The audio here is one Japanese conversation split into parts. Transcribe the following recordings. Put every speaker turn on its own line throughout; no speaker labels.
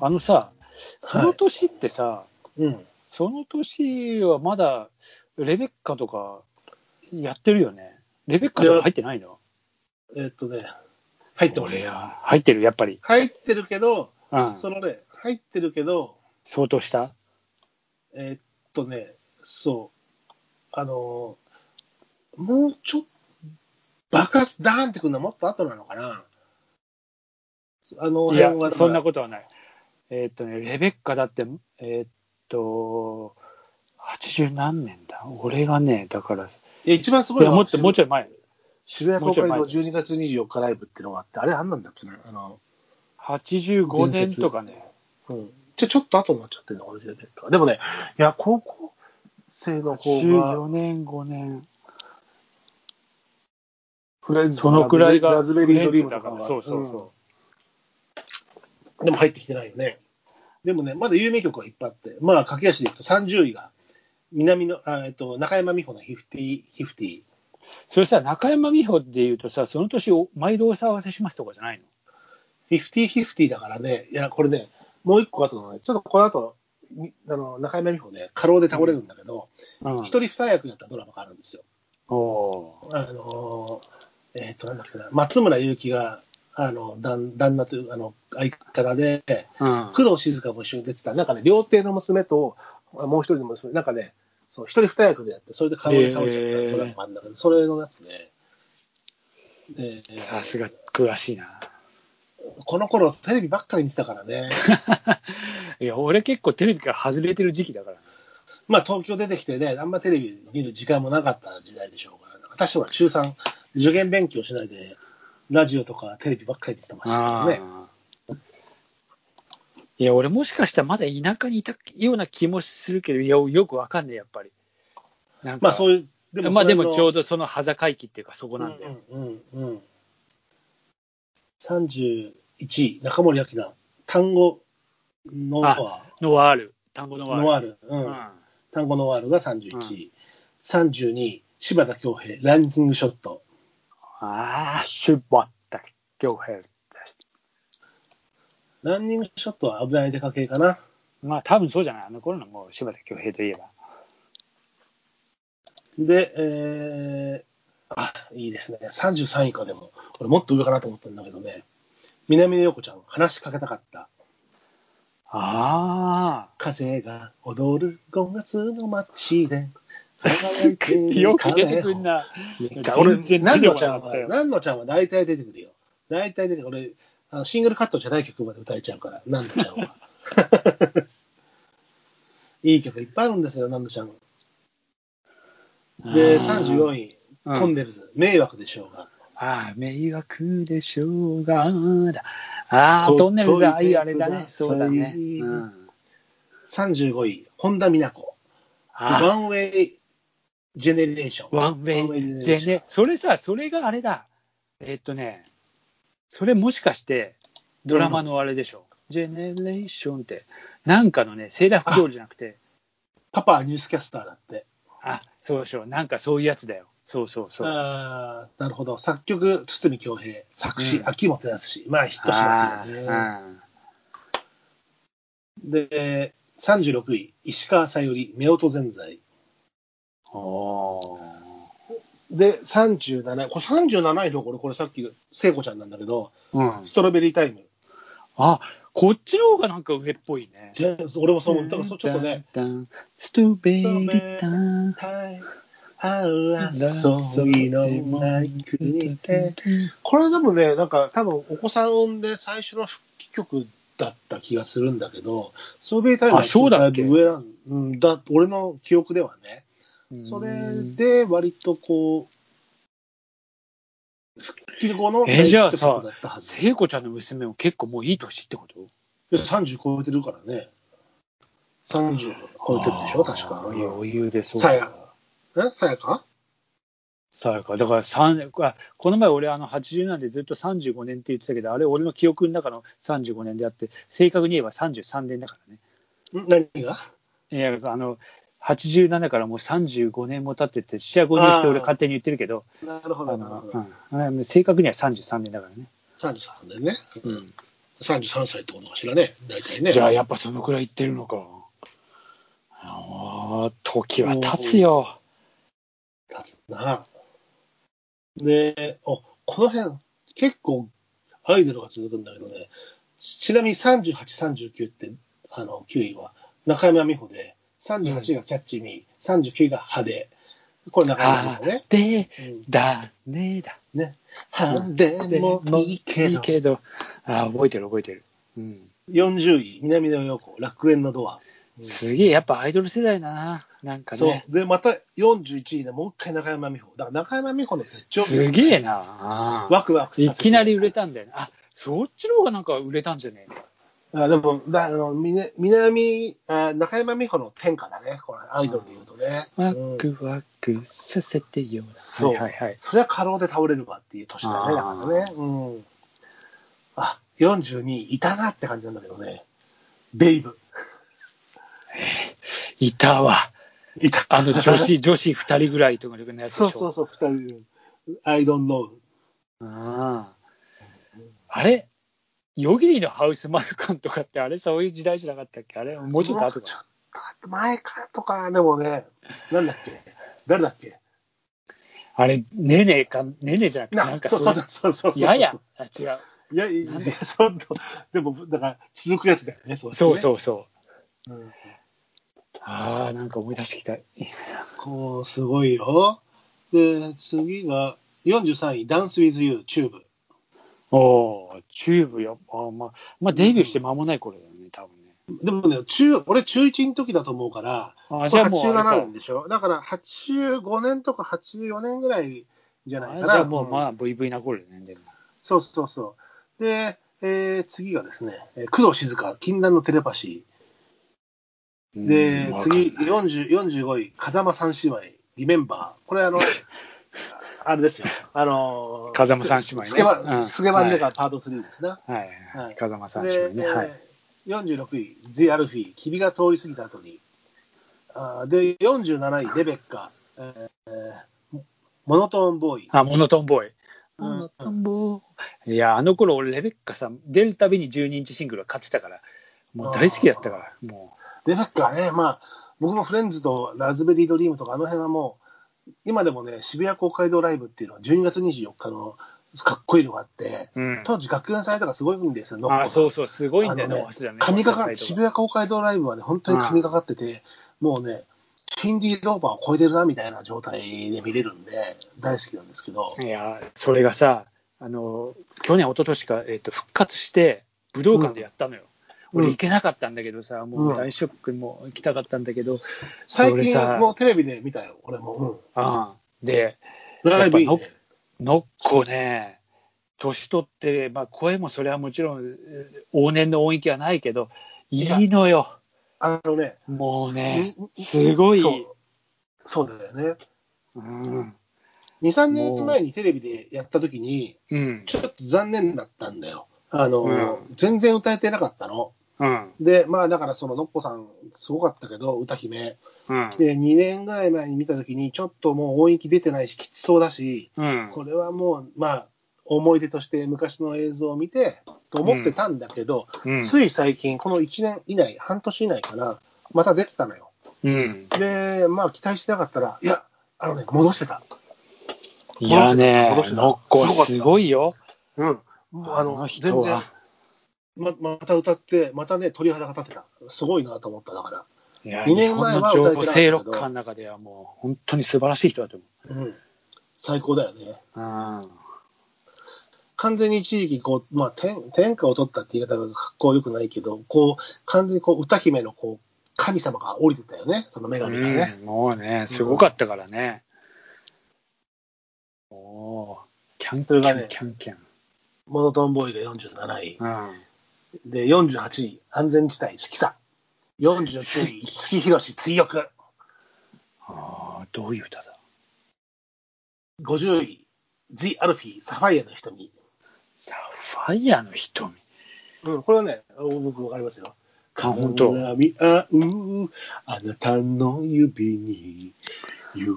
あのさ、その年ってさ、
うん。
その年はまだレベッカとかやってるよね。レベッカとか入ってないの
えっとね、入ってます
俺。や入ってる、やっぱり。
入ってるけど、
うん。
そのね、入ってるけど、
相当した
えっとね、そう、あのーもうちょっと、爆発、ダーンってくるのはもっと後なのかな。あの
い
辺
や
は、
そんな
こ
ことはない。えーっとね、レベッカだって、えーっと、80何年だ俺がね、だから、い
と。いや一番すごい
や
のは
もっともうちょい前。
渋谷公開
も
の
うち
12月24日ライブっていうのがあって、あれあんなんだっけな。あの、
85年とかね。
うん。じゃあちょっと後になっちゃってるのかもしれないけどでもね、いや、高校生の方が、
14年、5年。
フレンズと
そ
か
のくらいが、
ラズベリードリーム
だ
と
か。
からが
そうそうそう。
でも入ってきてないよね。でもね、まだ有名曲はいっぱいあって、まあ、駆け足でいくと30位が、南の、あえっと、中山美穂のヒフティ、ヒフティ。
それさ、中山美穂でいうとさ、その年を毎度お騒がせしますとかじゃないの
フィフティ、フィフティだからね、いや、これね、もう一個後のね、ちょっとこの後、にあの中山美穂ね、過労で倒れるんだけど、
うん
一、人二役やったドラマがあるんですよ。
おー
あのーえっ、と、なんだっけな、松村雄輝が、あの、旦旦那という、あの、相方で、
うん
工藤静香も一緒に出てた、なんかね、料亭の娘と、あもう一人の娘、なんかね、そう、一人二役でやって、それで顔で倒れちゃったドラマがあるんだけど、それのやつね。で
さすが詳しいな。
この頃テレビばっかり見てたからね、
いや、俺結構テレビから外れてる時期だから。
まあ東京出てきてね、あんまテレビ見る時間もなかった時代でしょうから、私は中3、受験勉強しないで、ラジオとかテレビばっかり見てましたからね。
あーいや、俺もしかしたらまだ田舎にいたような気もするけど、いやよくわかんねえ、やっぱり。なんか
まあそういう、
まあでもちょうど
ど
その端境期っていうか、そこなんだよ。
うんうんうん、31位、中森明菜、単語ノワー
のはある。単語の
ル、ノワ
はあ
ー
る。
ル、うん
うん
単語ノワールが31位、32位、柴田恭平、ランニングショット、
ああ、しまった。今日減
ランニングショットは危ない出かけかな、
まあ多分そうじゃない。あの頃のもう柴田恭平といえば。
で、えー、あいいですね、33位か、でも、俺、もっと上かなと思ったんだけどね、南野陽子ちゃん、話しかけたかった。
あ
風が踊る5月の街 で輝いて
あ。
い
よく出てくんな。
俺、
全然
何
出て
の
こ
ちゃ
なか
ん
ったよ
は、何のちゃんは大体出てくるよ。大体出てくる。俺、あのシングルカットじゃない曲まで歌えちゃうから、何のちゃんは。 いい曲いっぱいあるんですよ、何のちゃん。で、34
位。
位、
うん
トンネルズ、迷惑でしょうが。
ああ、迷惑でしょうが。だああ、
と
トンネルズ、ああ
とい
い
て
うあれだ
くだ
ね。
さい
そうだね。うん、
35位、本田美奈子、
あ
ワンウェイジェネレーション。
ワンウェイでね。それさ、それがあれだ。えっとね、それもしかして、ドラマのあれでしょ。ジェネレーションって、なんかのね、セーラー服料理じゃなくて、
パパはニュースキャスターだって。
あそうでしょう、なんかそういうやつだよ。そうそうそう。
あーなるほど。作曲、堤恭平。作詞、
うん
秋元康。まあ、ヒットしますよね。で、36位、石川さゆり、夫婦ぜんざい。
あーお
で、37位、これ37位のこれ、これさっき、聖子ちゃんなんだけど、
ーうん
ス、トロベリータイム。
あこっちの方がなんか上っぽいね。
じゃ俺もそう思う。だからそちょっとね、。
ストベリータン。
はい。争いのない国で。これでもね、なんか多分お子さん産んで最初の復帰曲だった気がするんだけど、ソビエタイム
あそうだっけ
いぶ上なんうんだ、俺の記憶ではね。それで割とこう、復帰後の
えじゃあさ
大ヒット曲だったはず。
聖子ちゃんの娘も結構もういい年ってこと
いや30超えてるからね。30超えてるでしょ、確か。
余裕でそう。
さや。えさやか
さやか。だから三あこの前俺あの80なんでずっと35年って言ってたけど、あれ俺の記憶の中の35年であって、正確に言えば33年だからね。
ん何が
いや、あの、87からもう35年も経ってて、四捨五入して俺勝手に言ってるけど、
なるほ
あ
ど、なるほど。
のうん、正確には33年だからね。
33でね。うん。 33歳ってことかしらね、大体ね。
じゃあやっぱそのくらいいってるのか。ああ、時は経つよ。
立つな。で、おこの辺、結構アイドルが続くんだけどね、ちちなみに38、39って、あの、9位は中山美穂で、38がキャッチミー、39が派手。これ中山美穂ね。
で、
うん
だねだ。
派手もいいけ
いい
ど。
けど、ああ、覚えてる覚えてる。うん。
40位、南野陽子、楽園のドア。うん
すげえ、やっぱアイドル世代だな。なんか
そう
ね。。
で、また41位でもう一回中山美穂。だから中山美穂の絶頂期
すげえな。
ワクワクさせ
い
て
きなり売れたんだよね。あそっちの方がなんか売れたんじゃねえか。
あでも、だあの、みね南、あ中山美穂の天下だね、これ、アイドルで言うとね。
ワ
うん
クワクさせてよ。
そう
はいはいはい。
そりゃ過労で倒れるわっていう年だね、だ
あ
か
ー
らね。うん。あ、42位、いたなって感じなんだけどね。ベイブ。
いたわ。
いた。
あの女 子、女子二人ぐらいとかのやつ
そ
で
う
しょ。
そうそう、二人。アイドンノ
あああれヨギリのハウスマルカンとかってあれそういう時代じゃなかったっけあれも
ウ。
うちょっと後
もう
か。
ちょっと前かとか、でもね、なんだっけ。誰だっけ。
あれ、ねねか、ねねじゃなくて、なん
な、
か
そうそう
う
そうそうそう。
やや、あ違う。
いや、いや、
なんで
そんなでも、だから、続くやつだよね、そう
そう
う
そうそう。
ね。うん
ああ、なんか思い出してきた。
こう、すごいよ。で、次は、43位、ダンス with you、チューブ。
おお、チューブやっぱ、まあ、まあ、デビューして間もない頃だよね、多分ね。
でもね、中、俺中1の時だと思うから、
あ
こ
あ、じ
れ
ゃあもうあれ
87
か
年でしょだから85年とか84年ぐらいじゃないか
あ
な。
じゃあもう、
ん
まあ、VV な頃だよね、でも。
そうそうそう。で、えー次がですね、えー工藤静香、禁断のテレパシ
うん
ー。で、次、
わかんない
40 45位、風間三姉妹、リメンバー。これあの、あれですよ。あのー、
風間三姉妹ね
スケバ
う
ン、
ん
スケバンデカパート3ですね。
はい
は
はいい。風間さん
で
しね。はい。
46位、The アルフィー、君が通り過ぎた後に。あーで、47位、レベッカ、えーモノトーンボーイ。
あ、モノトーンボーイ。
うん
モノトーンボーイ。いや、あの頃、俺、レベッカさん、出るたびに12インチシングルは買ってたから、もう大好きだったから、も
レベッカはね、まあ、僕もフレンズとラズベリードリームとか、あの辺はもう、今でもね、渋谷公会堂ライブっていうのは12月24日のかっこいいのがあって、
う。うん。
当時学園祭とかすごいんですよ、ノッポが
あ、そうそう、すごいんだよ
あ
ね、
のね
早稲田ね。
神が
早稲
か
田サイ
渋
トが
谷公会堂ライブはね、本当に神がかってて、もうね、シンディ・ローバーを超えてるなみたいな状態で見れるんで、大好きなんですけど、
いや、それがさ、あの、去年、一昨年か、えっと、復活して、武道館でやったのよ。
うん
俺、行けなかったんだけどさ、もう
うん
大ショックもう行きたかったんだけど、そ
最
れ
近
さ、
もうテレビで見たよ、俺も。
あで、
うん、ライブいい
やっ
ね
ぱ。ノッコね、年取って、まあ、声もそれはもちろん、えー往年の音域はないけど、いいのよ、
あのね、
もうね、
す
すごい、
そうそうだよね。
うん、
2、3年前にテレビでやった時に、
うん、
ちょっと残念だったんだよ。あの、
うん
全然歌えてなかったの。
うん、
で、まあだからそのノッポさん、すごかったけど、歌姫。
うん、
で、2年ぐらい前に見たときに、ちょっともう音域出てないし、きつそうだし、
うん、
これはもう、まあ、思い出として昔の映像を見て、と思ってたんだけど、
うん、
つい最近、この1年以内、半年以内かな、また出てたのよ。
うん、
で、まあ、期待してなかったら、いや、あのね、戻してた。
いやね
戻して、た
ノッコはすごいよ、
うん。もうあ
あ
の、
の
全
人
然
は、。
ま、また歌って、またね、鳥肌が立てた。すごいなと思った、だから。
いや
二
日
年
本
前は
の
歌えてなかったけど
情勢ロッカーの中ではもう本当に素晴らしい人だと思う。
うん。最高だよね。
うん
完全に一時期こう、まあ、天天下を取ったって言い方がかっこよくないけど、こう、完全にこう歌姫のこう神様が降りてたよね、その女神がね。
うん、もうね、すごかったからね。おーキャンキ
それが
ャ
ね
ン、キャンキャン。
モノトーンボーイが47位。
うん
で、48位、安全地帯、好きさ。49位、五木ひろし、追憶。
ああ、どういう歌だ
50位、The アルフィー、サファイアの瞳。
サファイアの瞳。
うん、これはね、僕わかりますよ。
あ本当
絡み合うあなたの指に誘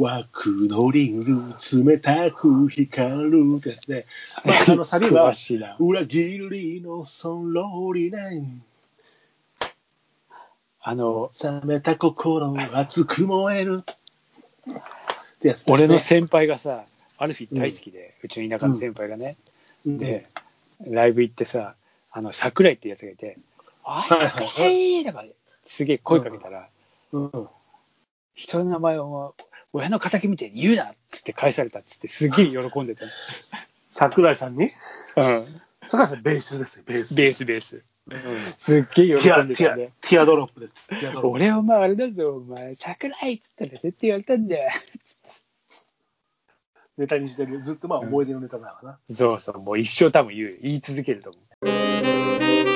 惑のリング、冷たく光るってやつで、まあ、あのサビ は
詳、しいな。
裏切りのソンローリナイン。
あの、
冷めた心熱く燃える。ってやつですね
俺の先輩がさ、アルフィー大好きで、うちの田舎の先輩がね、
うん
で、ライブ行ってさ、あの、桜井っていうやつがいて、あ、
はいはい
桜井とか、すげえ声かけたら、
うん
人の名前を親の敵みたいに言うなっつって返されたっつってすげえ喜んでた、
桜井さんに
うん、
桜井さん、ベースですよ、ベース。
ベースベース、すっげえ
テ
喜
ィア、
ん
テ
で
ィ
た
ア、
ね
ティアドロップです。ティアドロップ。
俺お前あれだぞお前桜井っつったら絶対言われたんだよ
ネタにしてる。ずっとまあ思い出のネタだわな。
そうそうもう一生多分言う言い続けると思う